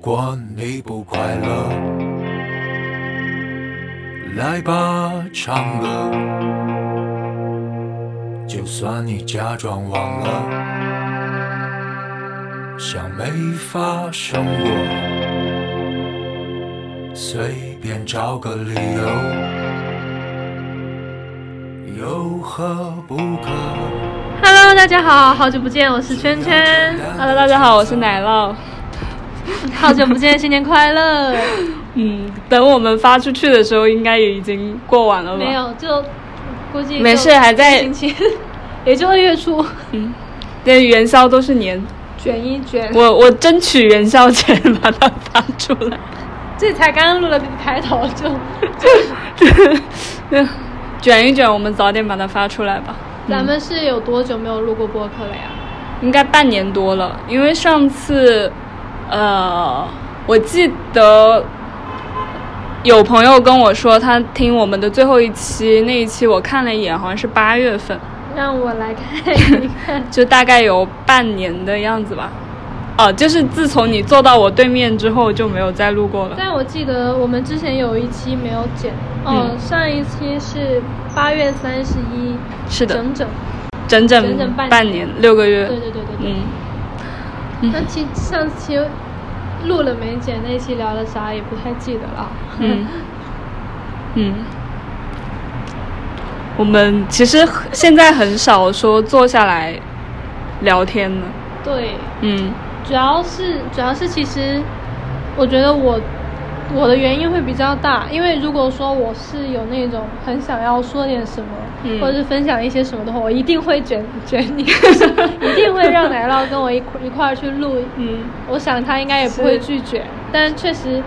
管你不快乐，来吧，唱歌。就算你假装忘了，像没发生过，随便找个理由，有何不可？ Hello，大家好，好久不见，我是圈圈， Hello，大家 好，我是奶酪。好久不见，新年快 乐！嗯，等我们发出去的时候，应该也已经过完了吧？没，有，就估计就没事，还在星期， 也就二月初对元宵都是年，卷一卷，我我争取元宵节把它发出 来。这才刚刚录了开头就嗯卷一卷，我们早点把它发出来吧。咱们是有多久没有录过播客了呀？应该半年多了，因为上次，呃，我记得有朋友跟我说，他听我们的最后一期，那一期我看了一眼，好像是八月份，。让我来看一看 就大概有半年的样子吧。哦、就是自从你坐到我对面之后，就没有再录过了。但我记得我们之前有一期没有剪，哦，嗯上一期是八月三十一，是的，整整，整整整整半年六个月。对对对对对。嗯，那期上期录了没剪那期聊了啥也不太记得 了。嗯，嗯，我们其实很现在很少说坐下来聊天了。对，嗯主要是主要是其实我觉得我我的原因会比较大，因为如果说我是有那种很想要说点什么，嗯或者是分享一些什么的话，我一定会 卷卷你，一定会让奶酪跟我一块一块儿去录。嗯，我想他应该也不会是拒绝，但确实。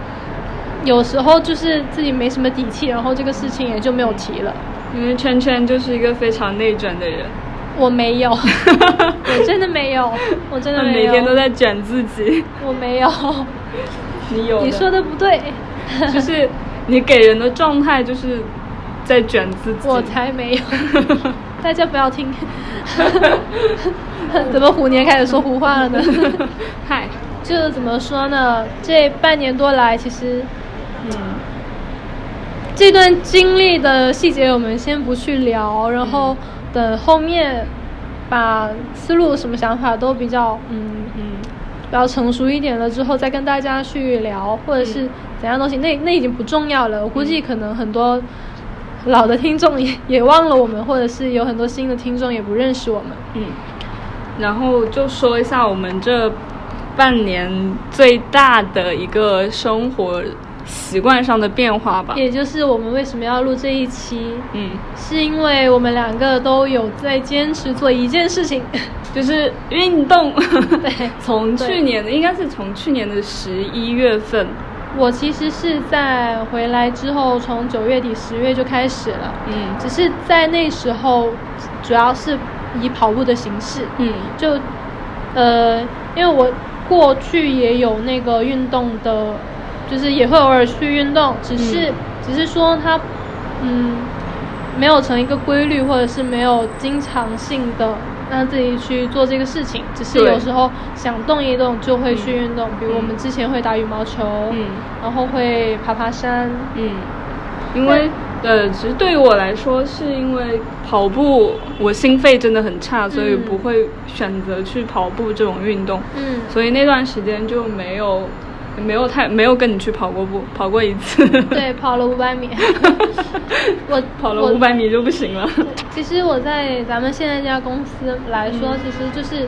有时候就是自己没什么底气，然后这个事情也就没有提了。因为圈圈就是一个非常内卷的人，我没 有，我真的没有，我真他的没每有，天都在卷自己。我没有。 你有你说的不对，就是你给人的状态就是在卷自己。我才 没有。大家不要听，怎么虎年开始说胡话 了呢？嗨，就是怎么说呢？这半年多来，其实嗯这段经历的细节我们先不去聊，然嗯后等后面把思路、什么想法都比较嗯嗯，比较成熟一点了之后，再跟大家去聊，或者是怎样东西，那那已经不重要了。我估计可能很多老的听众也也忘了我们，或者是有很多新的听众也不认识我们。嗯，然后就说一下我们这半年最大的一个生活习惯上的变化吧。也就是我们为什么要录这一期，嗯，是因为我们两个都有在坚持做一件事情， 就是运动。对从对去年的应该是从去年的十一月份，我其实是在回来之后，从九月底十月就开始了，嗯只是在那时候主要是以跑步的形式，嗯就呃，因为我过去也有那个运动的，就是也会偶尔去运动，只嗯是、只是说它嗯没有成一个规律，或者是没有经常性的让自己去做这个事情，只是对有时候想动一动就会去运动，比如我们之前会打羽毛球，嗯然后会爬爬山，嗯，因为呃，其实对于我来说，是因为跑步我心肺真的很差，所以嗯不会选择去跑步这种运动。嗯，所以那段时间就没有没有太没有跟你去跑过步，跑过一次， 对，跑了五百米，我跑了我五百米就不行了。其实我在咱们现在这家公司来说，嗯其实就是，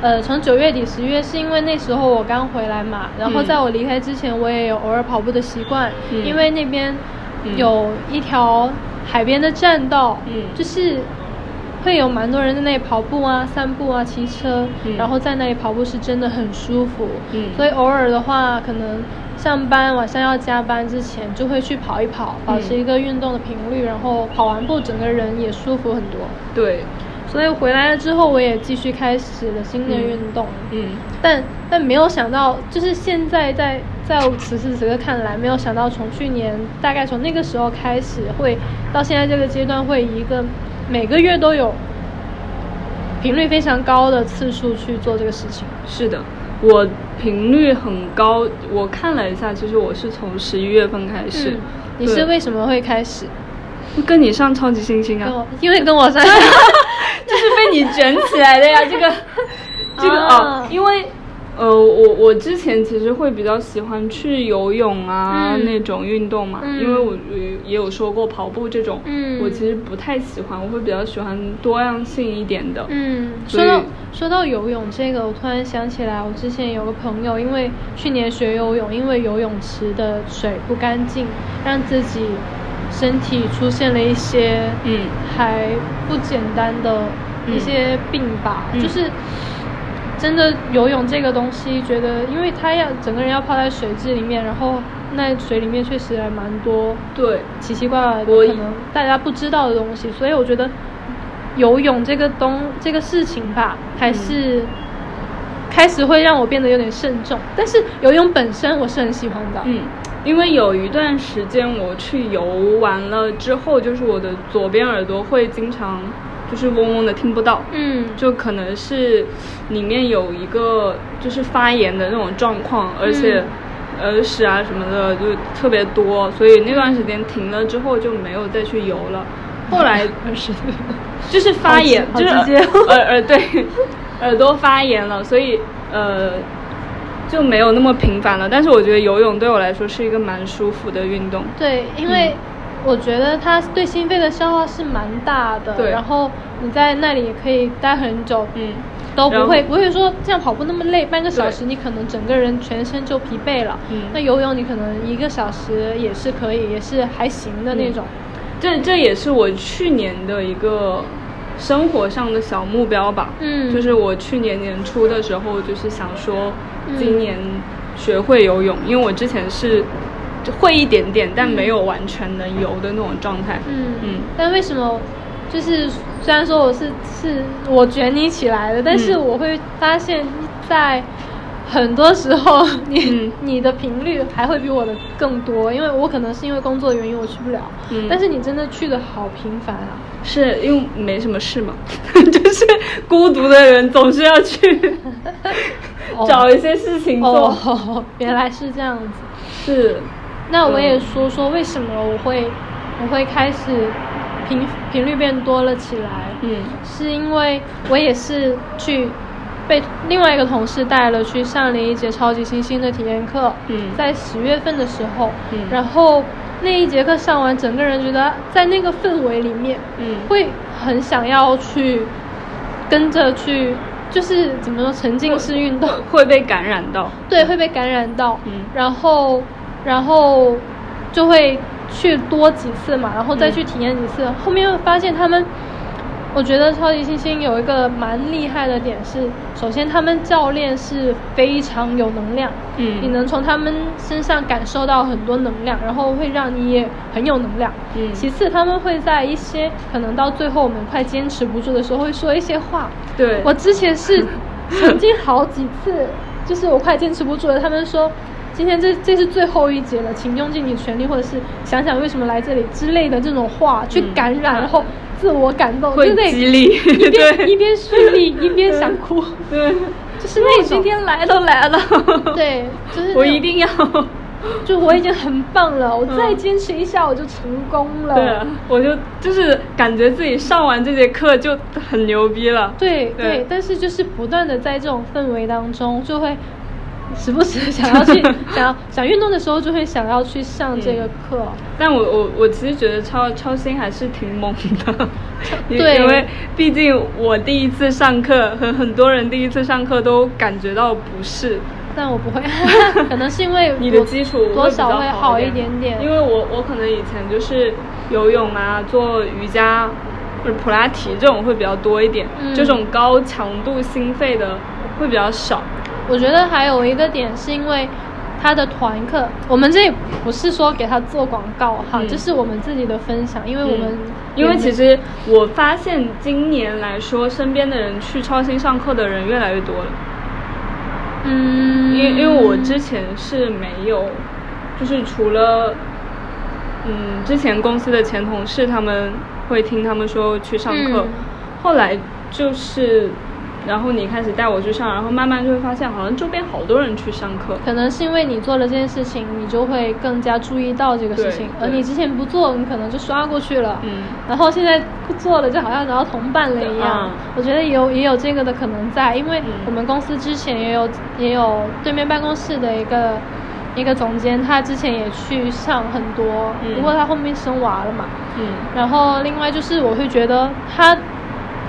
呃，从九月底十月是因为那时候我刚回来嘛，然后嗯在我离开之前，我也有偶尔跑步的习惯，嗯因为那边嗯有一条海边的栈道，嗯就是。会有蛮多人在那里跑步啊、散步啊、骑车，嗯然后在那里跑步是真的很舒服。嗯所以偶尔的话，可能上班晚上要加班之前，就会去跑一跑，保持嗯一个运动的频率，然后跑完步整个人也舒服很多。对，所以回来了之后，我也继续开始了新的嗯运动，嗯但但没有想到，就是现在在在我此时此刻看来，没有想到从去年大概从那个时候开始会，到现在这个阶段，会以一个每个月都有频率非常高的次数去做这个事情。是的。我频率很高。我看了一下，其实我是从十一月份开始。嗯你是对为什么会开始？跟你上超级星星跟啊，我，因为跟我 上，就是被你卷起 来的呀。这个，这个啊哦，因为呃，我我之前其实会比较喜欢去游泳啊、嗯那种运动嘛，嗯因为我我也有说过跑步这种，嗯我其实不太喜欢，我会比较喜欢多样性一点的。嗯，所说以到说到游泳这个，我突然想起来，我之前有个朋友，因为去年学游泳，因为游泳池的水不干净，让自己身体出现了一些嗯还不简单的一些病吧，嗯就是真的游泳这个东西，觉得因为他要整个人要泡在水质里面，然后那水里面确实还蛮多对，奇奇怪怪的，我可能大家不知道的东西，所以我觉得游泳这个东这个事情吧，还是嗯开始会让我变得有点慎重。但是游泳本身我是很喜欢的，嗯，因为有一段时间我去游完了之后，就是我的左边耳朵会经常就是嗡嗡的听不到，嗯就可能是里面有一个就是发炎的那种状况，而且嗯耳屎啊什么的就特别多，所以那段时间停了之后就没有再去游了。后来是就是发炎，好就直是好直接哦耳 耳对，耳朵发炎了，所以呃就没有那么频繁了。但是我觉得游泳对我来说是一个蛮舒服的运动。对，因为嗯我觉得它对心肺的消耗是蛮大的，对然后你在那里也可以待很久，嗯，都不然会后不会说这样跑步那么累，半个小时对你可能整个人全身就疲惫了。嗯那游泳你可能一个小时也是可以，也是还行的那种。这这也是我去年的一个生活上的小目标吧。嗯就是我去年年初的时候，就是想说嗯今年学会游泳，因为我之前是会一点点，但没有完全能游的那种状态。嗯嗯但为什么就是虽然说我是是我卷你起来的，但是嗯我会发现，在很多时候你、嗯你的频率还会比我的更多，因为我可能是因为工作原因我去不了，嗯但是你真的去的好频繁啊。是因为没什么事嘛， 就是孤独的人总是要去 找一些事情做。哦， 原来是这样子。是，那我也说说为什么我会我会开始频频率变多了起来，嗯是因为我也是去被另外一个同事带了去上了一节超级星星的体验课，嗯在十月份的时候，嗯然后那一节课上完，整个人觉得在那个氛围里面，嗯会很想要去跟着去，就是怎么说沉浸式运动，会被感染到。对，会被感染到，嗯然后然后就会去多几次嘛，然后再嗯去体验几次，后面会发现他们。我觉得超级星星有一个蛮厉害的点是，首先他们教练是非常有能量，嗯你能从他们身上感受到很多能量，然后会让你也很有能量。嗯其次他们会在一些可能到最后我们快坚持不住的时候，会说一些话，对，我之前是曾经好几次，就是我快坚持不住了，他们说。今天这这是最后一节了，请用尽你全力，或者是想想为什么来这里之类的这种话，去嗯感染，然后自我感动，会就得激励一边 对嗯一边蓄 力，一边想哭，对，就是那种。来都来了，对， 就是那我种一定要。就我已经很棒了，我嗯再坚持一下我就成功了。对啊，我就就是感觉自己上完这节课就很牛逼了。对对对，但是就是不断的在这种氛围当中，就 会时不时地想要去想要想运动的时候，就会想要去上这嗯个课。但我我我其实觉得超超星还是挺猛 的，因对因为毕竟我第一次上课和很多人第一次上课都感觉到不适，但我不 会，可能是因为你的我基础多会比较少会好一点点点，因为我我可能以前就是游泳啊、做瑜伽或者普拉提这种会比较多一点，嗯这种高强度心肺的会比较少。我觉得还有一个点是因为他的团课，我们这里不是说给他做广告哈，嗯就是我们自己的分享，因为我们、因为其。实我发现今年来说，身边的人去超星上课的人越来越多了。嗯，因为因为我之前是没有，就是除了，嗯，之前公司的前同事他们会听他们说去上课，嗯后来就是然后你开始带我去上，然后慢慢就会发现，好像周边好多人去上课。可能是因为你做了这件事情，你就会更加注意到这个事情，对而对你之前不做，你可能就刷过去了。嗯然后现在做了，就好像拿到铜板了一样。嗯我觉得也有也有这个的可能在，因为嗯我们公司之前也有也有对面办公室的一个一个总监，他之前也去上很多，嗯不过他后面生娃了嘛。嗯然后另外就是我会觉得他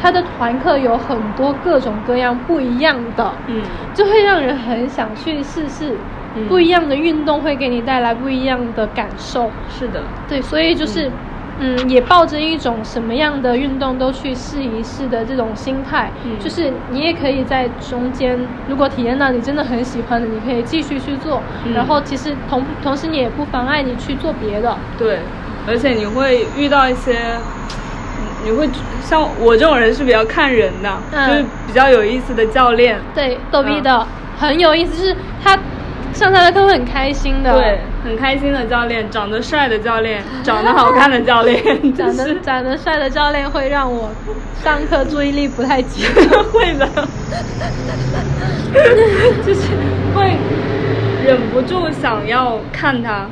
他的团课有很多各种各样不一样的，嗯就会让人很想去试试。嗯不一样的运动会给你带来不一样的感受，是的，对，所以就是，嗯也抱着一种什么样的运动都去试一试的这种心态，嗯就是你也可以在中间，如果体验到你真的很喜欢的，你可以继续去做，嗯然后其实同同时你也不妨碍你去做别的，对，而且你会遇到一些，嗯你会像我这种人是比较看人的，嗯就是比较有意思的教练，对，逗嗯逼的、很有意思，就是他上他的课会很开心的，对，，很开心的教练，长得帅的教练，长得好看的教练，就长得是长得帅的教练会让我上课注意力不太集中。会的，就是会忍不住想要看他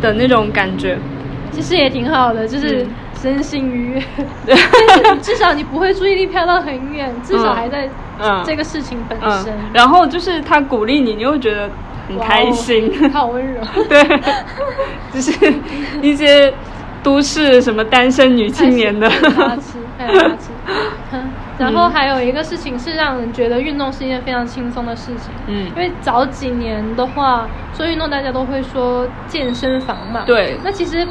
的那种感觉。 其实也挺好的，就是嗯身心 愉悦。对但是至少你不会注意力飘到很远，至少嗯还在嗯这个事情本嗯身。，然后就是他鼓励你，你又觉得很哇哦开心。好温 柔。 对，就是一些都市什么单身女青年的，太想吃，太想他 吃。嗯然后还有一个事情是让人觉得运动是一件非常轻松的事情， 嗯因，为早几年的话，说运动大家都会说健身房嘛，对那其实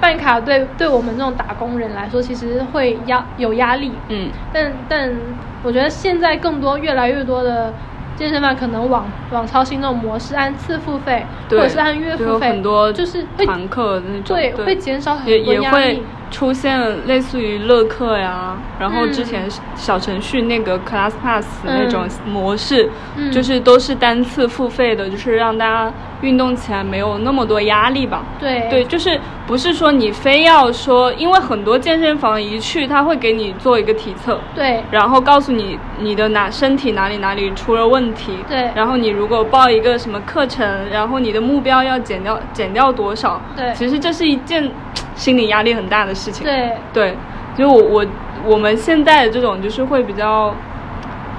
办卡对对我们这种打工人来说，其实会压有压力，嗯但但我觉得现在更多越来越多的健身房可能往往超新那种模式，按次付费或对，者是按月就付有费，很多就是会团课的那种，对会减少很也多也压会力。出现类似于乐课呀，然后之嗯前小程序那个 Class Pass 嗯那种模式，嗯就是都是单次付费的，就是让大家运动起来没有那么多压力吧。对对，就是不是说你非要说，因为很多健身房一去，他会给你做一个体测，对然后告诉你你的哪身体哪里哪里出了问题，对然后你如果报一个什么课程，然后你的目标要减掉减掉多少，对其实这是一件心理压力很大的事情，对对，就我我我们现在的这种就是会比较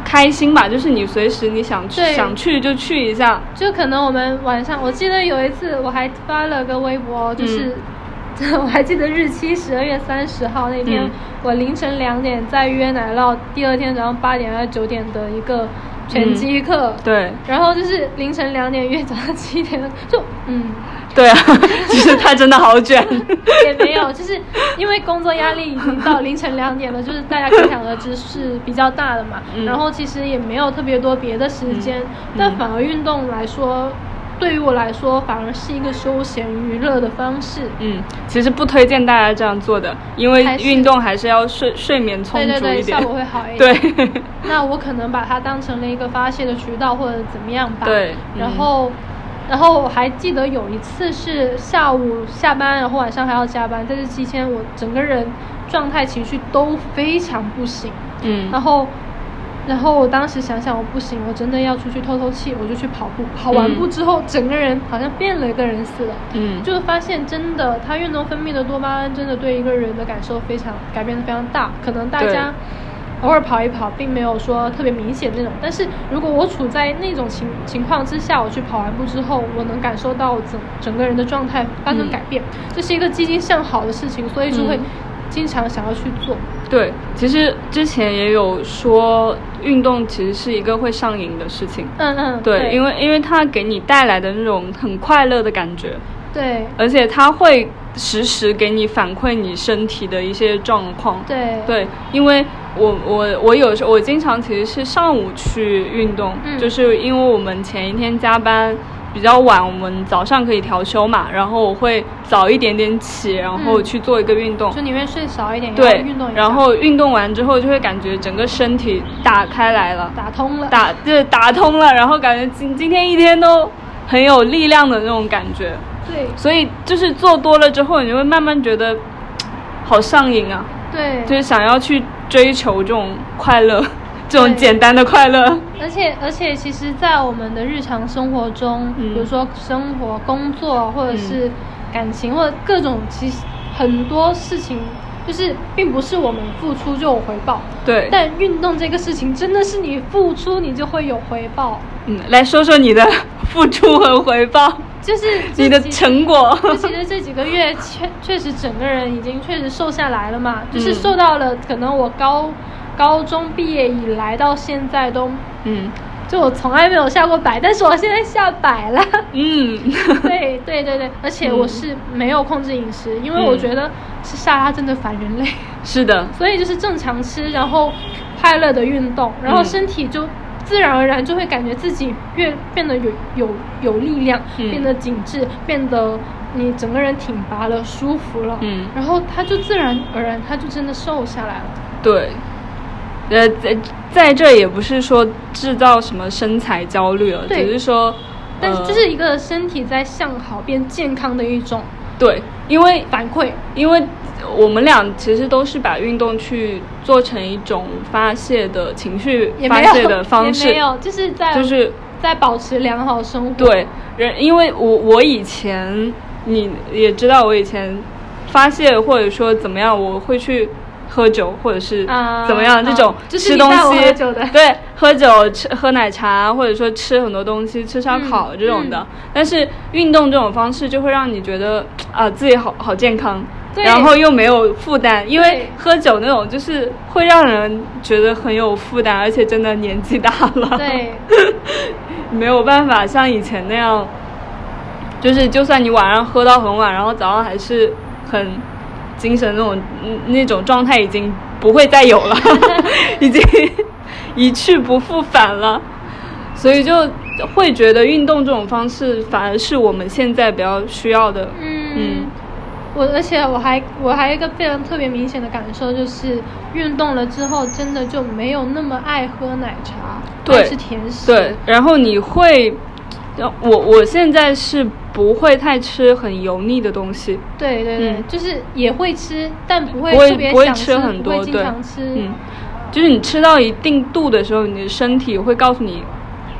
开心吧，就是你随时你想去对想去就去一下，就可能我们晚上，我记得有一次我还发了个微博，就是、 我还记得日期十二月三十号那天，嗯我凌晨两点在约奶酪，第二天早上八点还是九点的一个拳击课。对然后就是凌晨两点约早上七点，就嗯对啊， 其实他真的 好卷，也没有，就是因为工作压力已经到凌晨两点了， 就是大家可想而知是比较大的嘛。嗯然后其实也没有特别多别的时间，但反而运动来说，对于我来说反而是一个休闲娱乐的方式。嗯，其实不推荐大家这样做的，因为还是运动还是要睡睡眠充对足对一点，对，效果会好一点。对那我可能把它当成了一个发泄的渠道或者怎么样吧。对嗯然后，然后我还记得有一次是下午下班，然后晚上还要加班，在这期间我整个人状态、情绪都非常不行。然嗯后，然后我当时想想，我不行，我真的要出去透透气，我就去跑步。跑完步之后，整个人好像变了一个人似的。嗯，就发现真的，它运动分泌的多巴胺真的对一个人的感受非常改变的非常大。可能大对家偶尔跑一跑，并没有说特别明显那种。但是如果我处在那种情情况之下，我去跑完步之后，我能感受到我整整个人的状态发生嗯改变，这是一个积极向好的事情，所以就会嗯经常想要去做。对，其实之前也有说，运动其实是一个会上瘾的事情，嗯嗯，对，对，因为因为它给你带来的那种很快乐的感觉，对而且它会实时给你反馈你身体的一些状况，对对，因为我我我有时候我经常其实是上午去运动，嗯就是因为我们前一天加班比较晚，我们早上可以调休嘛，然后我会早一点点起，然后嗯去做一个运动。就宁愿睡少一点，要对运动一，下，然后运动完之后就会感觉整个身体打开来了，打通了，打对打通了，然后感觉今今天一天都很有力量的那种感觉。对所以就是做多了之后，你就会慢慢觉得好上瘾啊。对 就是想要去追求这种快乐，这种对简单的快乐。而且而且，其实，在我们的日常生活中，嗯比如说生活、工作，或者是感情，或者各种，其实很多事情，就是并不是我们付出就有回报，对，但运动这个事情真的是你付出你就会有回报，嗯，来说说你的付出和回报，就是这你的几成果。 就其实这几个月确确实整个人已经确实瘦下来了嘛，就是嗯瘦到了可能我高高中毕业以来到现在都，嗯就我从来没有下过百，但是我现在下百了。 嗯， 对对对对，而且我是没有控制饮食，因为我觉得吃沙拉真的烦人类，是的，所以就是正常吃，然后快乐的运动，然嗯后身体就。自然而然就会感觉自己越变得有有有力量，嗯变得紧致，变得你整个人挺拔了，舒服了。嗯然后他就自然而然，他就真的瘦下来了。对。呃，在在这也不是说制造什么身材焦虑了，对只是说，但是呃就是一个身体在向好变健康的一种对，因为反馈。因为我们俩其实都是把运动去做成一种发泄的情绪也发没有泄的方式，也没有，就是在就是在保持良好生活。对人，因为我我以前你也知道，我以前发泄或者说怎么样，我会去喝酒或者是啊怎么样、啊这种就是吃你东带我西，喝酒的对，喝酒吃喝奶茶或者说吃很多东西，吃烧烤嗯这种的。嗯但是运动这种方式就会让你觉得啊自己好好健康。对然后又没有负担，因为对喝酒那种就是会让人觉得很有负担，而且真的年纪大了。 对，没有办法像以前那样，就是就算你晚上喝到很晚，然后早上还是很精神那种嗯那种状态，已经不会再有了， 已经 一去不复返了。所以就会觉得运动这种方式反而是我们现在比较需要的。嗯，我而且我还我还有一个非常特别明显的感受就是，运动了之后真的就没有那么爱喝奶茶，对爱吃甜食，对，，然后你会，呃我我现在是不会太吃很油腻的东西。对对对嗯就是也会吃，但不会不会特别不会想吃很多不会经对常吃，嗯，就是你吃到一定度的时候，你的身体会告诉你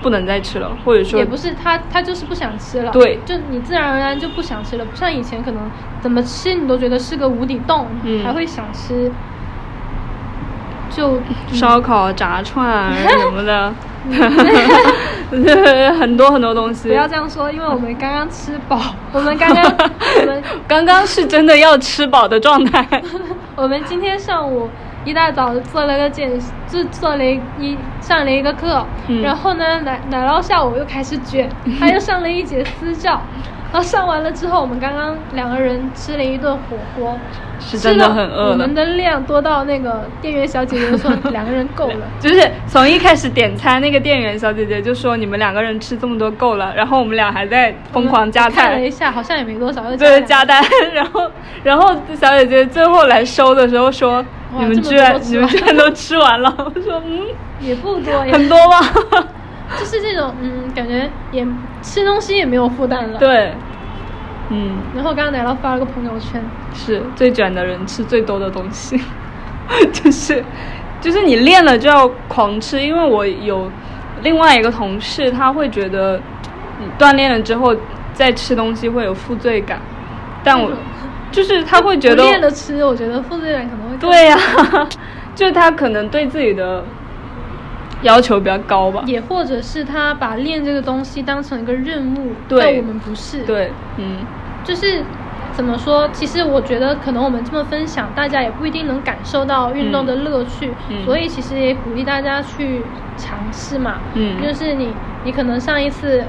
不能再吃了，或者说也不是他他就是不想吃了，对就你自然而然就不想吃了，不像以前可能怎么吃你都觉得是个无底洞，嗯还会想吃，就烧烤、炸串啊什么 的，嗯 很多很多东西。不要这样说，因为我们刚刚吃饱，我们刚刚 我们刚刚是真的要吃饱的状态， 我们今天上午一大早做了个健，就做了一一上了一个课，嗯然后呢奶奶酪下午又开始卷，他又上了一节私教，然后上完了之后，我们刚刚两个人吃了一顿火锅，是真的很我饿了们。的量多到那个店员小姐姐 说两个人够了。就是从一开始点餐，那个店员小姐姐就说你们两个人吃这么多够了，然后我们俩还在疯狂加看了菜一，下，好像也没多少， 就对，两加单，然后然后小姐姐最后来收的时候说：“哇你们这么居然多吃你们完居然都吃完了。”我说：“ 嗯，也不多，也很多吗 就是这种嗯，感觉也吃东西也没有负担？”了。对，嗯，然后刚刚奶酪发了个朋友圈，是最卷的人吃最多的东西， 就是就是你练了就要狂吃，因为我有另外一个同事，他会觉得你锻炼了之后再吃东西会有负罪感，但我为什么就是他会觉不得练了吃，我觉得负罪感可能会更 对呀、就他可能对自己的要求比较高吧。也或者是他把练这个东西当成一个任务，对但我们不是，，对，嗯，就是怎么说？其实我觉得可能我们这么分享，大家也不一定能感受到运动的乐趣，嗯所以其实也鼓励大家去尝试嘛，嗯就是你你可能上一次。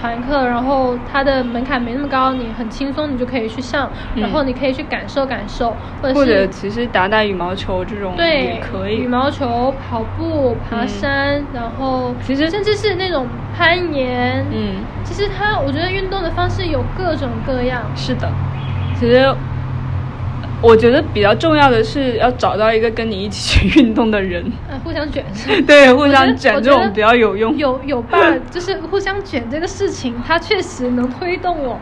团课，然后它的门槛没那么高，你很轻松，你就可以去上，嗯然后你可以去感受感受，或者是或者其实打打羽毛球这种对也，可以羽。毛球、跑步、爬嗯山，然后其实甚至是那种攀岩。嗯，其实它，我觉得运动的方式有各种各样。是的。其实我觉得比较重要的是要找到一个跟你一起去运动的人， 呃，互相卷是吧对，互我觉相得卷我这觉得种比较有用。有有伴 儿，就是互相卷这个事情， 它确实能推动我，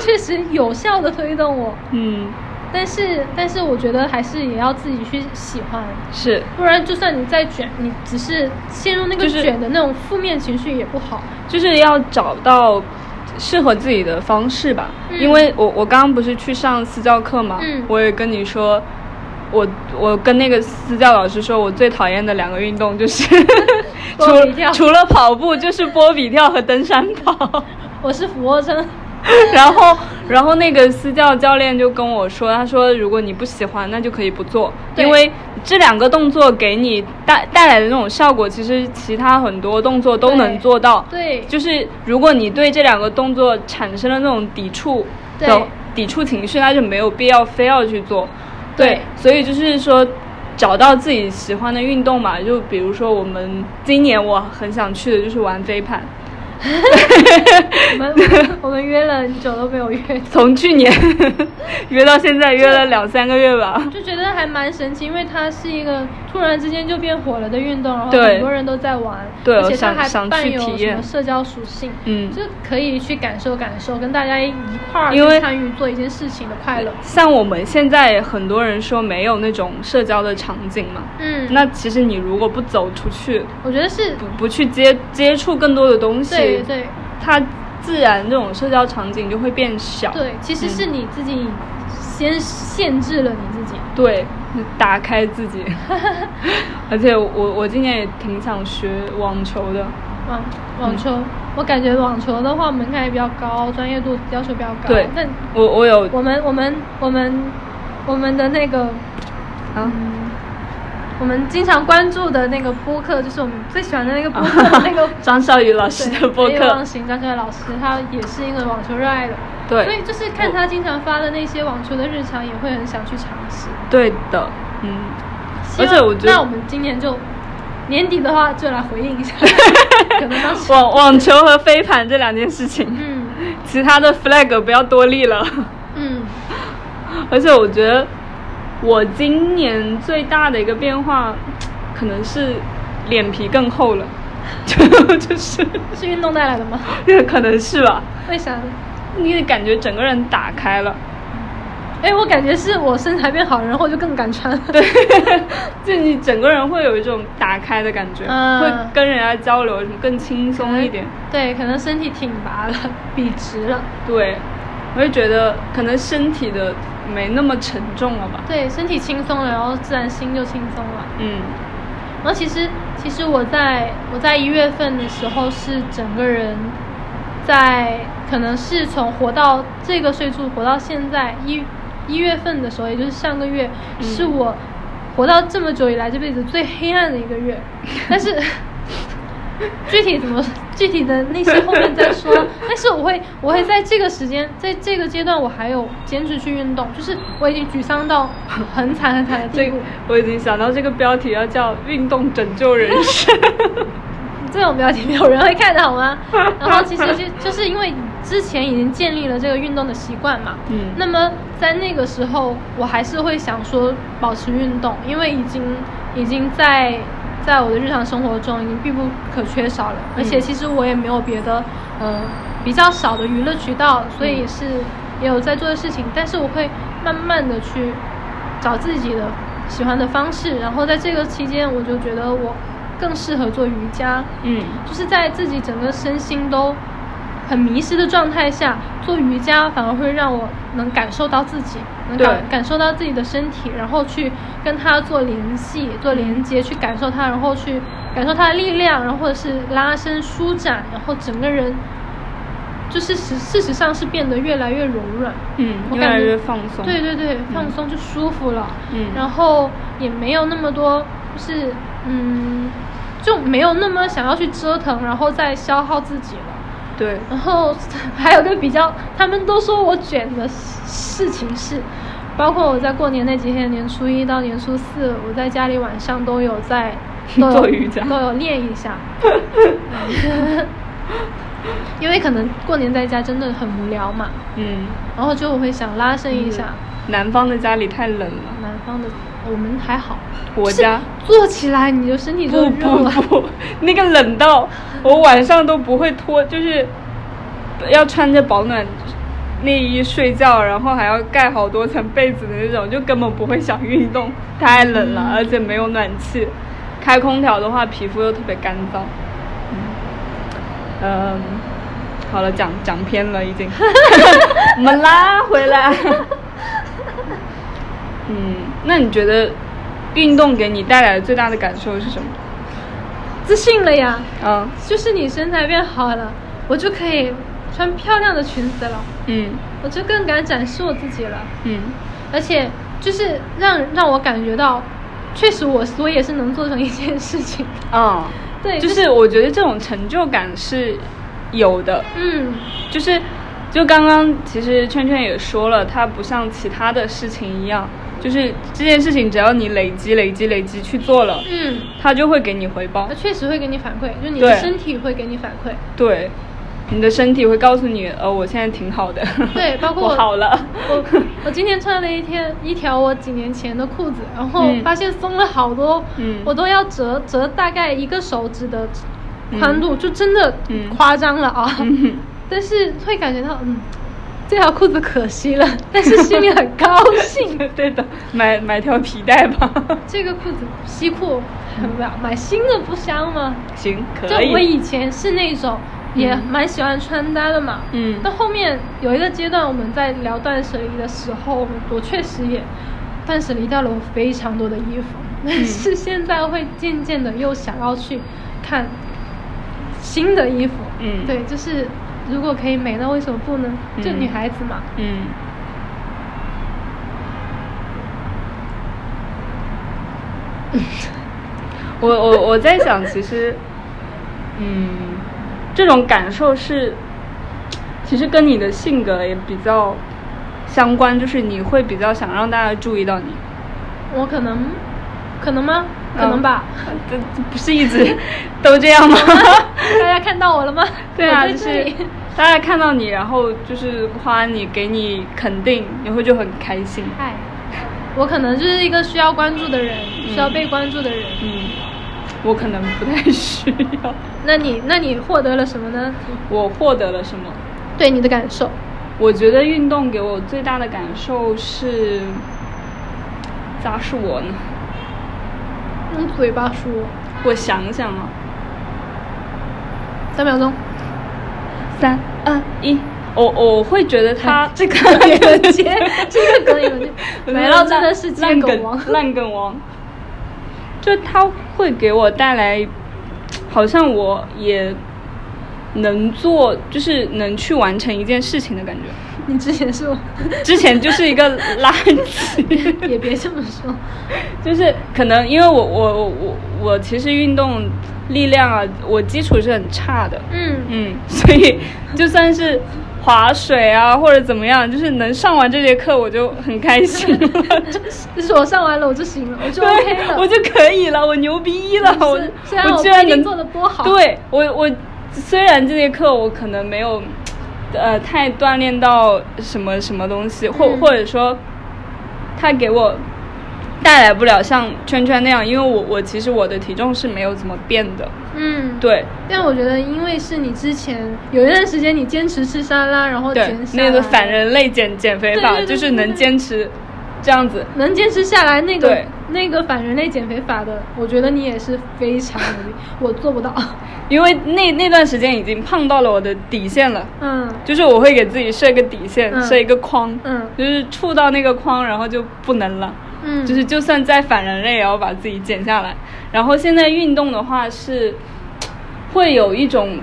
确实有效的推动我。嗯，但是但是我觉得还是也要自己去喜欢，是，不然就算你再卷，你只是陷入那个就是卷的那种负面情绪也不好。就是要找到适合自己的方式吧。嗯因为我我刚刚不是去上私教课嘛，嗯我也跟你说，我我跟那个私教老师说，我最讨厌的两个运动就是 除波比跳除了跑步就是波比跳和登山 跑。我是俯卧撑，然后，然后那个私教教练就跟我说，他说如果你不喜欢，那就可以不做，对因为这两个动作给你带带来的那种效果，其实其他很多动作都能对做到。对，就是如果你对这两个动作产生了那种抵触的对抵触情绪，那就没有必要非要去做。对所以就是说。找到自己喜欢的运动嘛，就比如说我们今年我很想去的就是玩飞盘，我 们我们我们约了很久都没有约，从去年 约到现在约了两三个月吧。就觉得还蛮神奇，因为它是一个突然之间就变火了的运动，然后对很多人都在玩，对而且想它还想伴去有体什验么社交属性，嗯就可以去感受感受，跟大家一块儿因为去参与做一件事情的快乐。像我们现在很多人说没有那种社交的场景嘛，嗯，那其实你如果不走出去，我觉得是不不去接接触更多的东西，对对它自然这种社交场景就会变小。对，其实是你自己先限制了你自己。对，你打开自 己。而且我我今年也挺想学网球的，网嗯网球，我感觉网球的话门槛也比较高，专业度要求比较高。对但我我有我们我们我们我们的那个啊，嗯我们经常关注的那个播客，就是我们最喜欢的那个播 客的 那个啊张少宇老师对的播雷望客，行张学老师，他也是一个网球热爱的，对所以就是看他经常发的那些网球的日常，也会很想去尝试。对的，嗯，希望而且我觉得那我们今年就年底的话，就来回应一 下，可能当时网网球和飞盘这两件事情，嗯其他的 flag 不要多立了。 嗯而且我觉得我今年最大的一个变化，可能是脸皮更厚了， 就就是是运动带来的吗？ 可能是吧，为啥呢？你感觉整个人打开 了，哎，我感觉是我身材变好，然后就更敢穿。对， 就你整个人会有一种打开的感觉，嗯会跟人家交流什么更轻松一点，对，可能身体挺拔了， 笔直了，对，我就觉得可能身体的没那么沉重了吧，对，身体轻松了，然后自然心就轻松了。嗯，然后其实其实我在我在一月份的时候是整个人在可能是从活到这个岁数活到现在一一月份的时候，也就是上个月，嗯是我活到这么久以来这辈子最黑暗的一个月，但是。具体怎么具体的那些后面再说，但是我会我会在这个时间，在这个阶段，我还有坚持去运动，就是我已经沮丧到很惨很惨的地这步个。我已经想到这个标题要叫“运动拯救人 生这种标题没有人会看的好吗？然后其实就就是因为之前已经建立了这个运动的习惯嘛，嗯那么在那个时候，我还是会想说保持运动，因为已经已经在在我的日常生活中已经必不可缺少了，而且其实我也没有别的呃比较少的娱乐渠道，所以是也有在做的事情，但是我会慢慢的去找自己的喜欢的方式，然后在这个期间，我就觉得我更适合做瑜伽，”，嗯，就是在自己整个身心都很迷失的状态下做瑜伽，反而会让我能感受到自己，能感对感受到自己的身体，然后去跟它做联系、做连接，去感受它，然后去感受它的力量，然后或者是拉伸、舒展，然后整个人就是实事实上是变得越来越柔软。嗯，我越来感觉越放松。对对对，放松就舒服了。嗯然后也没有那么多，就是嗯，就没有那么想要去折腾，然后再消耗自己了。对然后还有个比较，他们都说我卷的事情是，包括我在过年那几天，年初一到年初四，我在家里晚上都有 在都有做瑜伽都有练一 下。 因为可能过年在家真的很无聊嘛，嗯，然后就我会想拉伸一下。南方的家里太冷了，南方的我们还好，我家就是坐起来你就身体就不热不了。不，那个冷到我晚上都不会脱，就是要穿着保暖内衣睡觉，然后还要盖好多层被子的那种，就根本不会想运动，太冷嗯了，而且没有暖气，开空调的话皮肤又特别干燥。嗯，嗯好了，讲讲偏 了已经，我们拉回来。嗯，那你觉得运动给你带来的最大的感受是什么？自信了呀，嗯就是你身材变好了，我就可以穿漂亮的裙子了，嗯我就更敢展示我自己了。嗯而且就是让让我感觉到，确实我我也是能做成一件事情 的。嗯，对，就就是我觉得这种成就感是有的，嗯，就是就刚刚其实圈圈也说了，它不像其他的事情一样，就是这件事情只要你累积累积累积去做了，嗯，它就会给你回报它。确实会给你反馈，就你的对身体会给你反馈，对，你的身体会告诉你，呃，我现在挺好的。对包括 我我好了。我 我今天穿了一天一条我几年前的裤子，然后嗯发现松了好多，嗯我都要折折大概一个手指的宽度，就真的嗯夸张了啊！嗯但是会感觉到，嗯，这条裤子可惜 了，但是心里很高兴。对的，买买条皮带吧。 这个裤子西裤，买买新的不香吗？行，就可我以。以前是那种也嗯蛮喜欢穿搭的嘛，嗯到后面有一个阶段，我们在聊断舍离的时候，我们我确实也断舍离掉了我非常多的衣服，嗯但是现在会渐渐的又想要去看新的衣服，嗯对，就是如果可以美，那为什么不呢？就嗯女孩子嘛，嗯。 我我我在想，其实，嗯，这种感受是，其实跟你的性格也比较相关，就是你会比较想让大家注意到你。我可能可能吗？可能 吧，呃这这不是一直都这样吗？大家看到我了吗？对我啊，在就这是里大家看到你，然后就是夸你，给你肯定，你会就很开心。嗨，我可能就是一个需要关注的人，需要被关注的人。嗯，我可能不太需要。那你，那你获得了什么呢？我获得了什么？对你的感受？我觉得运动给我最大的感受是，咋是我呢？用嘴巴说，我想想啊，三秒 钟。三二一，我我会觉得他哎这个有 接这个梗有 接，没了，真的是接烂梗王。 烂梗王。就他会给我带来，好像我也能做，就是能去完成一件事情的感觉。你之前是我，之前就是一个垃圾。 也别这么说。就是可能因为我我我我我其实运动力量啊，我基础是很差的，嗯，嗯，所以就算是划水啊或者怎么样，就是能上完这节课我就很开心了，就是 就是我上完了我就行了，我就 OK 了。 我就可以了，我牛逼了，我是啊虽然居不然一定能做的多好，，对我我虽然这节课我可能没有呃太锻炼到什么什么东西，或、嗯或者说它给我带来不了像圈圈那样，因为我我其实我的体重是没有怎么变的，嗯，。对但我觉得，因为是你之前有一段时间你坚持吃沙拉，然后对减，下那个来反人类减减肥对法对对就是对能对坚持这样子，能坚持下来那个对那个反人类减肥法的，我觉得你也是非常努 力，我做不到。因为那那段时间已经胖到了我的底线了。嗯就是我会给自己设一个底线，嗯设一个框，嗯就是触到那个框，然后就不能了。嗯，就是就算再反人类也要把自己减下来。然后现在运动的话是会有一种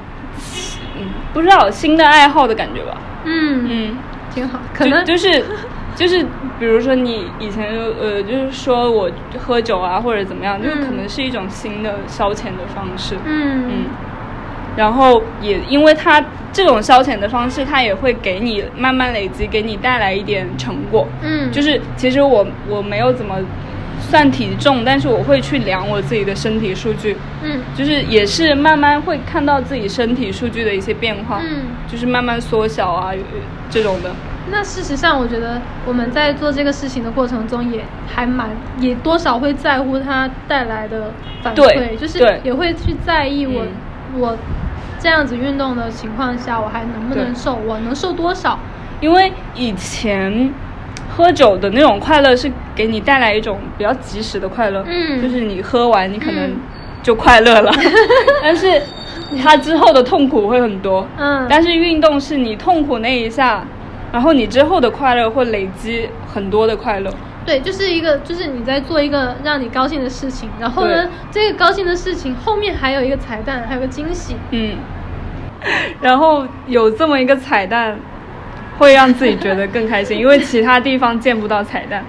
嗯不知道新的爱好的感觉吧，嗯嗯，挺好，可就能就是 就是比如说你以前就呃就是说我喝酒啊或者怎么样，就是嗯可能是一种新的消遣的方式，嗯嗯。然后也因为它这种消遣的方式，它也会给你慢慢累积，给你带来一点成果。嗯就是其实我我没有怎么算体重，但是我会去量我自己的身体数据，嗯就是也是慢慢会看到自己身体数据的一些变化，嗯。就是慢慢缩小啊这种的。那事实上，我觉得我们在做这个事情的过程中，也还蛮也多少会在乎它带来的反对馈，就是对也会去在意我、嗯我这样子运动的情况下，我还能不能对瘦，我能瘦多少，因为以前喝酒的那种快乐是给你带来一种比较及时的快乐，嗯就是你喝完你可能嗯就快 乐了，但是它之后的痛苦会很多，嗯但是运动是你痛苦那一下，然后你之后的快乐会累积很多的快乐，对，就是一个，就是你在做一个让你高兴的事情，然后呢，这个高兴的事情后面还有一个彩蛋，还有个惊 喜。嗯，然后有这么一个彩蛋，会让自己觉得更开心，因为其他地方见不到彩蛋。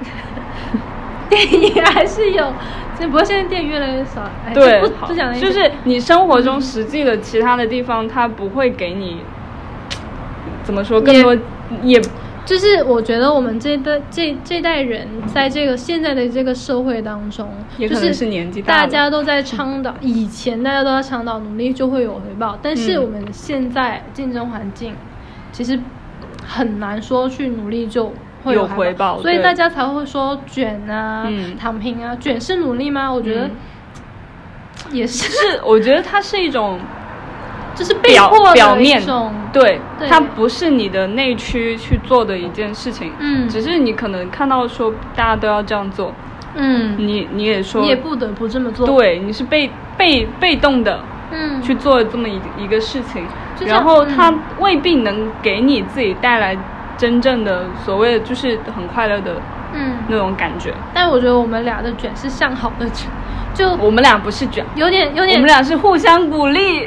电影还是有，只不过现在电影越来越少。哎对这不，不讲了，就是你生活中实际的其他的地方，它不会给你怎么说更多也就是我觉得我们这一代这这代人在这个现在的这个社会当中，也可就能是是年纪大大了家都在倡导，以前大家都在倡导努力就会有回报，但是嗯我们现在竞争环境其实很难说去努力就。会有回报所以对大家才会说卷啊、嗯躺平啊。卷是努力吗？我觉得嗯也是， 是，我觉得它是一种就是被表迫的表一面种，对，对它不是你的内驱去做的一件事情，嗯只是你可能看到说大家都要这样做，嗯，你你也说你也不得不这么做。，对，你是被被被动的嗯，去做这么一一个事情，就像然后嗯它未必能给你自己带来真正的所谓的就是很快乐的嗯，那种感觉。但我觉得我们俩的卷是向好的卷， 就我们俩不是卷，有点有我点，们俩是互相鼓励。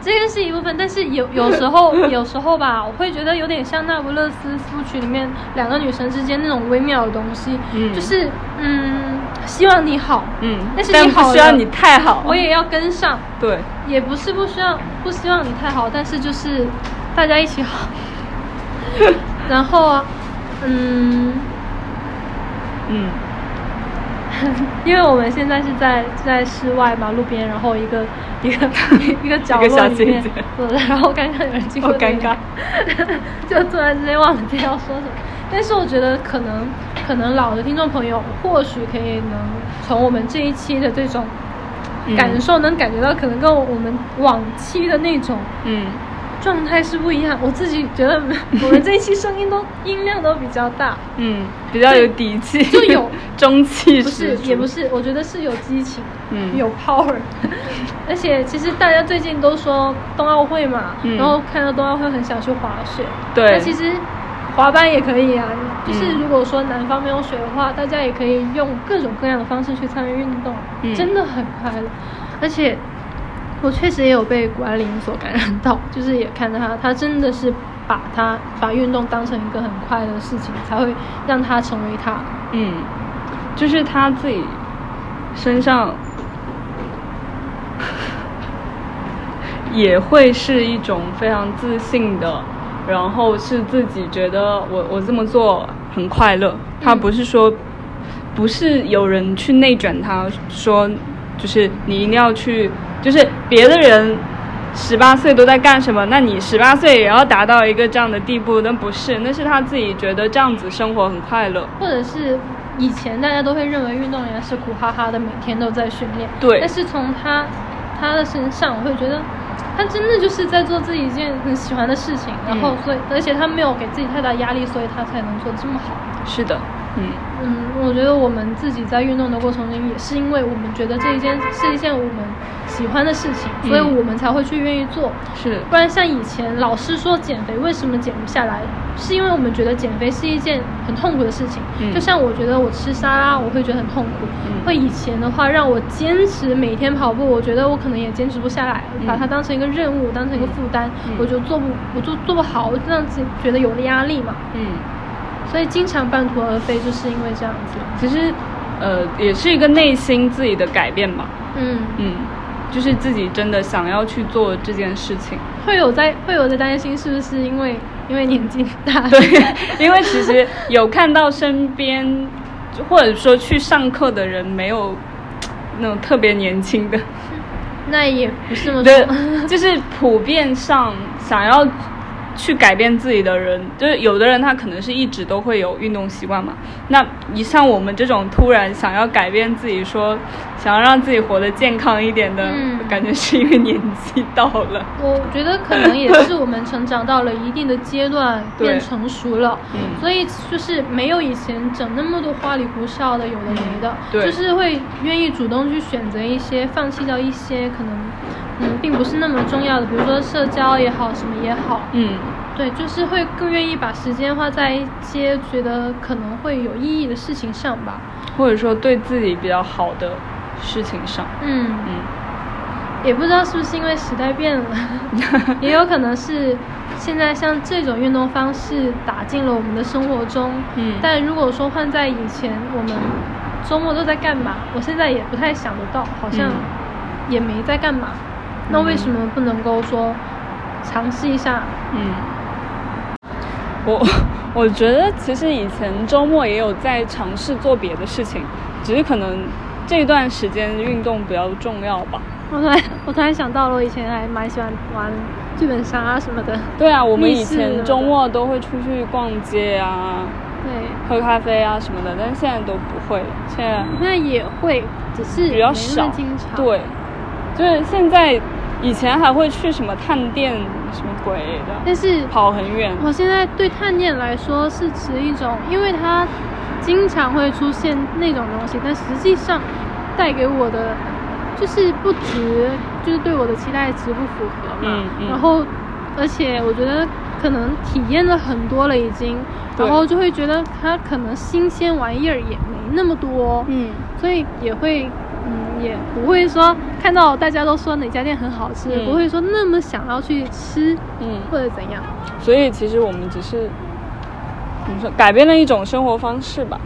这个是一部分，但是有有时候有时候吧，我会觉得有点像《那不勒斯夫曲》里面两个女生之间那种微妙的东西，嗯就是嗯，希望你好，嗯， 但是你不好需要了你太好。我也要跟上，对，也不是不需要不希望你太好，但是就是大家一起好， 然后啊，嗯，嗯，因为我们现在是在在室外嘛，路边，然后一 个一个一个角一个小落里面姐姐坐着，然后刚刚有人经过好，尴尬， 就突然之间忘了今天要说什么。但是我觉得可能可能老的听众朋友或许可以能从我们这一期的这种嗯感受，能感觉到可能跟我们往期的那种嗯，状态是不一样。我自己觉得我们这一期声音都音量都比较大， 嗯，比较有底气，就有 中气不十是足。也不是，我觉得是有激情。嗯，有 power，而且其实大家最近都说冬奥会嘛，嗯然后看到冬奥会很想去滑雪，对那其实滑板也可以啊，就是嗯如果说南方没有雪的话，大家也可以用各种各样的方式去参与运动，嗯真的很快乐。而且我确实也有被谷爱凌所感染到，就是也看到她，她真的是把她把运动当成一个很快乐的事情，才会让她成为她。嗯，就是他自己身上也会是一种非常自信的，然后是自己觉得我我这么做很快乐。他不是说不是有人去内卷他，说就是你一定要去，就是别的人。十八岁都在干什么？那你十八岁也要达到一个这样的地步？那不是，那是他自己觉得这样子生活很快乐。或者是以前大家都会认为运动员是苦哈哈的，每天都在训练。对但是从他他的身上，我会觉得他真的就是在做自己一件很喜欢的事情，然后嗯所以而且他没有给自己太大压力，所以他才能做这么好。是的，嗯嗯，我觉得我们自己在运动的过程中，也是因为我们觉得这一件是一件我们喜欢的事情，所以嗯我们才会去愿意做。，是不然像以前老师说减肥为什么减不下来，是因为我们觉得减肥是一件很痛苦的事情。嗯就像我觉得我吃沙拉我会觉得很痛苦，嗯会以前的话让我坚持每天跑步，我觉得我可能也坚持不下来，嗯把它当成一个任务，当成一个负担，嗯我就做不我就做不好，我就让自己觉得有压力嘛，嗯，所以经常半途而废，就是因为这样子。其实呃也是一个内心自己的改变吧，嗯，嗯，就是自己真的想要去做这件事情， 会有在会有在担心是不是因为因为年纪大， 对，因为其实有看到身边或者说去上课的人没有那种特别年轻的， 那也不是这么说。对，就是普遍上想要去改变自己的人，就是有的人他可能是一直都会有运动习惯嘛。那你像我们这种突然想要改变自己说，想要让自己活得健康一点的，嗯感觉是因为年纪到了。我觉得可能也是我们成长到了一定的阶段， 对变成熟了，嗯所以就是没有以前整那么多花里胡哨的，有的没的，对就是会愿意主动去选择一些，放弃掉一些可能，嗯，并不是那么重要的，比如说社交也好，什么也好，嗯，对，就是会更愿意把时间花在一些觉得可能会有意义的事情上吧，或者说对自己比较好的事情上，嗯。嗯，也不知道是不是因为时代变 了，也有可能是现在像这种运动方式打进了我们的生活中。嗯但如果说换在以前，我们周末都在干嘛？我现在也不太想得到，好像嗯也没在干嘛。那为什么不能够说尝试一下？嗯，我 我觉得其实以前周末也有在尝试做别的事情，只是可能这段时间运动比较重要吧。我突然我突然想到了，我以前还蛮喜欢玩剧本杀啊什么的。对啊，我们密以室前的周末都会出去逛街啊、对，喝咖啡啊什么的，但现在都不会了，现在那也会，只是比较没那少么经常。。对，就是现在以前还会去什么探店什么鬼的，但是跑很远。我现在对探店来说是持一种，因为它经常会出现那种东西，但实际上带给我的就是不值，就是对我的期待值不符合嘛。嗯嗯然后，而且我觉得可能体验了很多了已经，对然后就会觉得它可能新鲜玩意儿也没那么多，嗯所以也会。嗯，也不会说看到大家都说哪家店很好吃，嗯不会说那么想要去吃嗯，或者怎样。所以其实我们只是怎么说，改变了一种生活方式吧。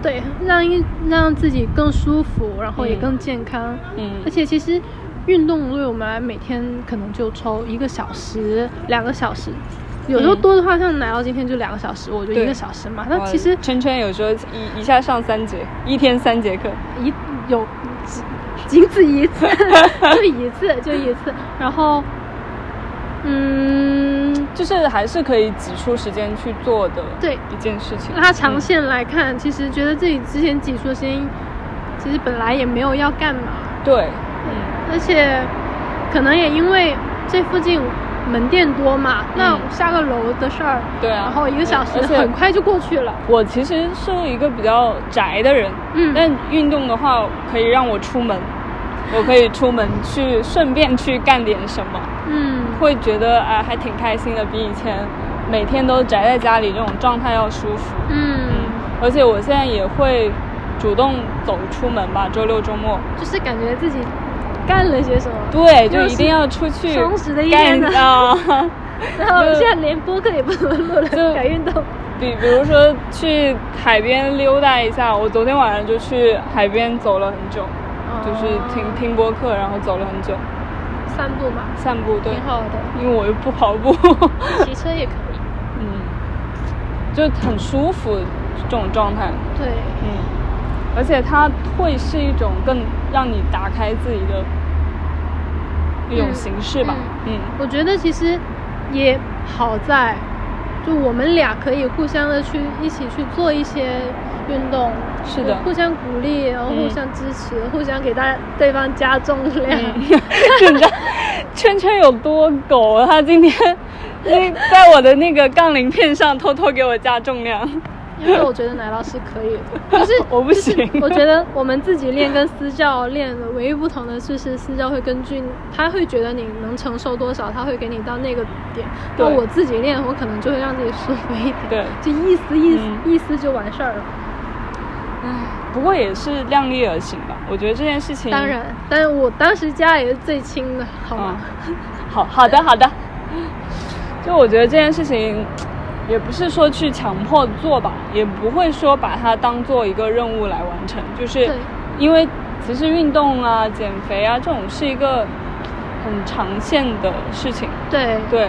对，让一让自己更舒服，然后也嗯更健康。嗯而且其实运动对我们来每天可能就抽一个小时、两个小时，有时候嗯多的话，像奶酪今天就两个小时，我就一对个小时嘛。那其实圈圈有时候一一下上三节，一天三节课。一有只仅此一 次，就一次，就一次。然后，嗯，就是还是可以挤出时间去做的，对一件事情。拉长线来看，其实觉得自己之前挤出的时间，其实本来也没有要干嘛。嗯对，嗯而且可能也因为这附近门店多嘛，那下个楼的事儿，嗯对啊然后一个小时而且很快就过去了。我其实是一个比较宅的人，嗯但运动的话可以让我出门，我可以出门去顺便去干点什么，嗯，会觉得啊、还挺开心的，比以前每天都宅在家里这种状态要舒服。嗯，而且我现在也会主动走出门吧，周六周末。就是感觉自己干了些什么。对，就又一是定要出去充实的一干天呢啊！然后就现在连播客也不怎么录了，就改运动。比比如说去海边溜达一下，我昨天晚上就去海边走了很久，就是听哦听播客，然后走了很久，散步哦嘛，散步对挺，好的。因为我又不跑步， 骑车也可以。嗯，就很舒服这种状态，对，嗯，而且它会是一种更让你打开自己的一种嗯形式吧，嗯我觉得其实也好在，就我们俩可以互相的去一起去做一些运动，是的互相鼓励，然后嗯互相支持，互相给大对方加重量。就嗯你知道嗯 圈圈有多狗，他今天那在我的那个杠铃片上偷偷给我加重量。 因为我觉得奶酪是可以的，可是我不行就是我觉得我们自己练跟私教练的唯一不同的就是私教会根据他会觉得你能承受多少，他会给你到那个点。那对我自己练，我可能就会让自己舒服一点，对就意思意思、嗯意思就完事儿了。不过也是量力而行吧，我觉得这件事情当然，但我当时加也是最轻的，好吗啊？，好好的好的，就我觉得这件事情也不是说去强迫做吧，也不会说把它当做一个任务来完成，就是对因为其实运动啊、减肥啊这种是一个很长线的事情，对啊对，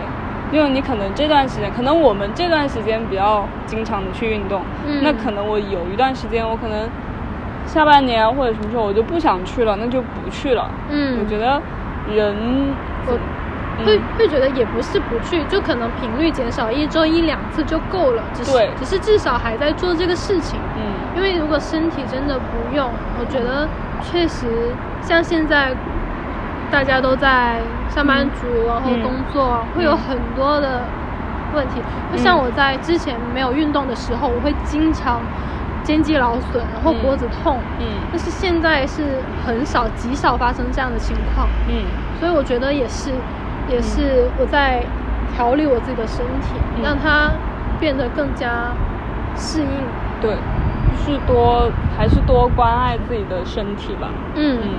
因为你可能这段时间，可能我们这段时间比较经常的去运动，嗯那可能我有一段时间，我可能下半年啊或者什么时候我就不想去了，那就不去了。嗯我觉得人我嗯会会觉得也不是不去，就可能频率减少，一周一两次就够了。只是对只是至少还在做这个事情。嗯因为如果身体真的不用，我觉得确实像现在大家都在上班族，然后嗯嗯工作、啊会有很多的问题。就像我在之前没有运动的时候，我会经常肩肌劳损，然后嗯脖子痛。嗯但是现在是很少、极少发生这样的情况，嗯所以我觉得也是，也是我在调理我自己的身体，嗯让它变得更加适应。对，就是多还是多关爱自己的身体吧。嗯嗯，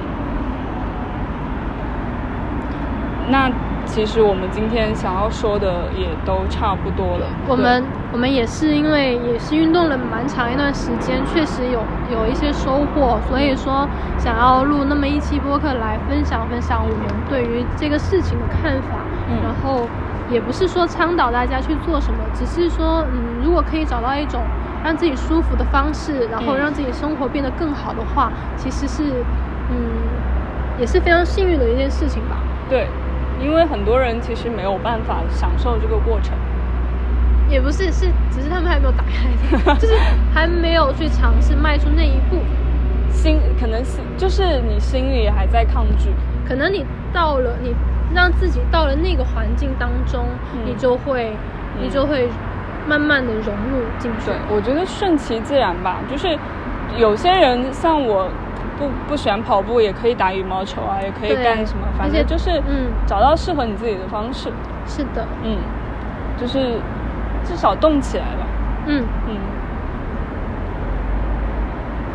那其实我们今天想要说的也都差不多了。我们我们也是因为也是运动了蛮长一段时间，确实有有一些收获，所以说想要录那么一期播客来分享分享我们对于这个事情的看法，嗯然后也不是说倡导大家去做什么，只是说嗯，如果可以找到一种让自己舒服的方式，然后嗯让自己生活变得更好的话，其实是嗯也是非常幸运的一件事情吧。对，因为很多人其实没有办法享受这个过程。也不是，是只是他们还没有打开，就是 还没有去尝试迈出那一步。心可能心就是你心里还在抗拒，可能你到了，你让自己到了那个环境当中，嗯你就会，嗯你就会慢慢的融入进去对。，我觉得顺其自然吧。就是有些人像我不不喜欢跑步，也可以打羽毛球啊，也可以对干什么，反而且正就是嗯找到适合你自己的方式，是的，嗯，就是至少动起来吧，嗯，嗯，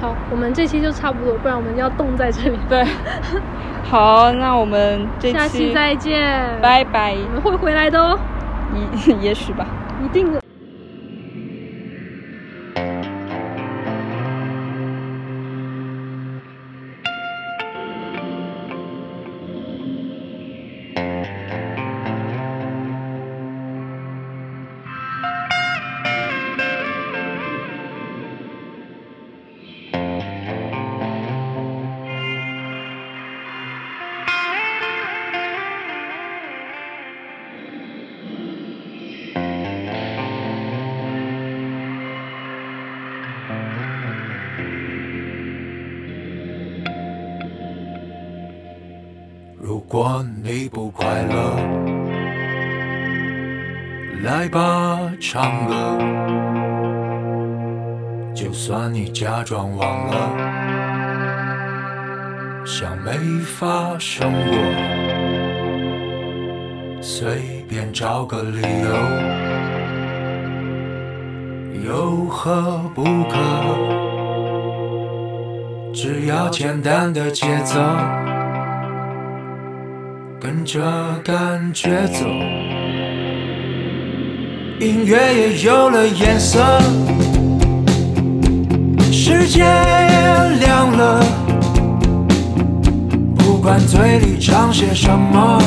好，我们这期就差不多，不然我们要冻在这里。 对。好，那我们这下期再见，，拜拜，我们会回来的哦，也 也许吧。一定的。如果你不快乐，来吧，唱歌。就算你假装忘了，像没发生过，随便找个理由，有何不可？只要简单的节奏。跟着感觉走，音乐也有了颜色，世界也亮了。不管嘴里唱些什么，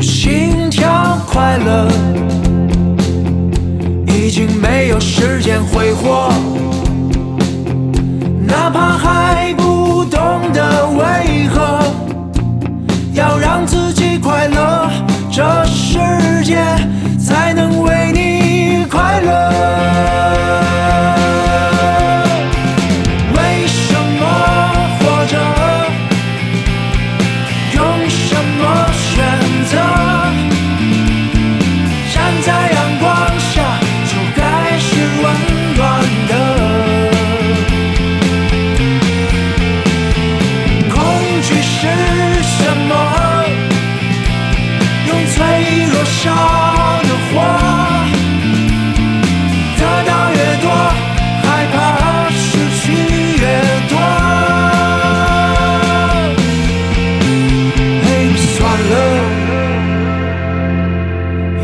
心跳快乐，已经没有时间挥霍。哪怕还不懂得为何要让自己快乐，这世界才能为你快乐。为什么活着？用什么选择？站在阳光下，就该是温暖的。恐惧是什么？用脆弱烧的火，得到越多，害怕失去越多。嘿，哎算了，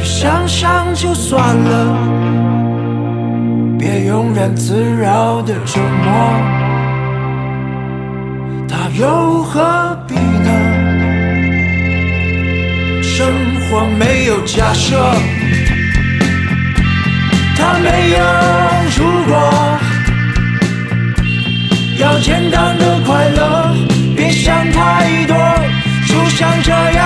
想想就算了，别庸人自扰的折磨。它又何必呢？生活没有假设，它没有如果。要简单的快乐，别想太多，就像这样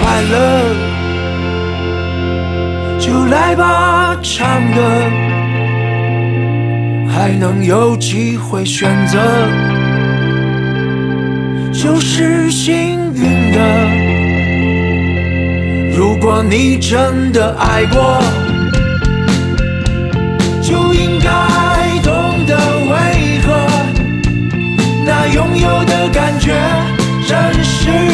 快乐。就来吧，唱歌，还能有机会选择，就是幸运的。如果你真的爱过，就应该懂得为何那拥有的感觉真实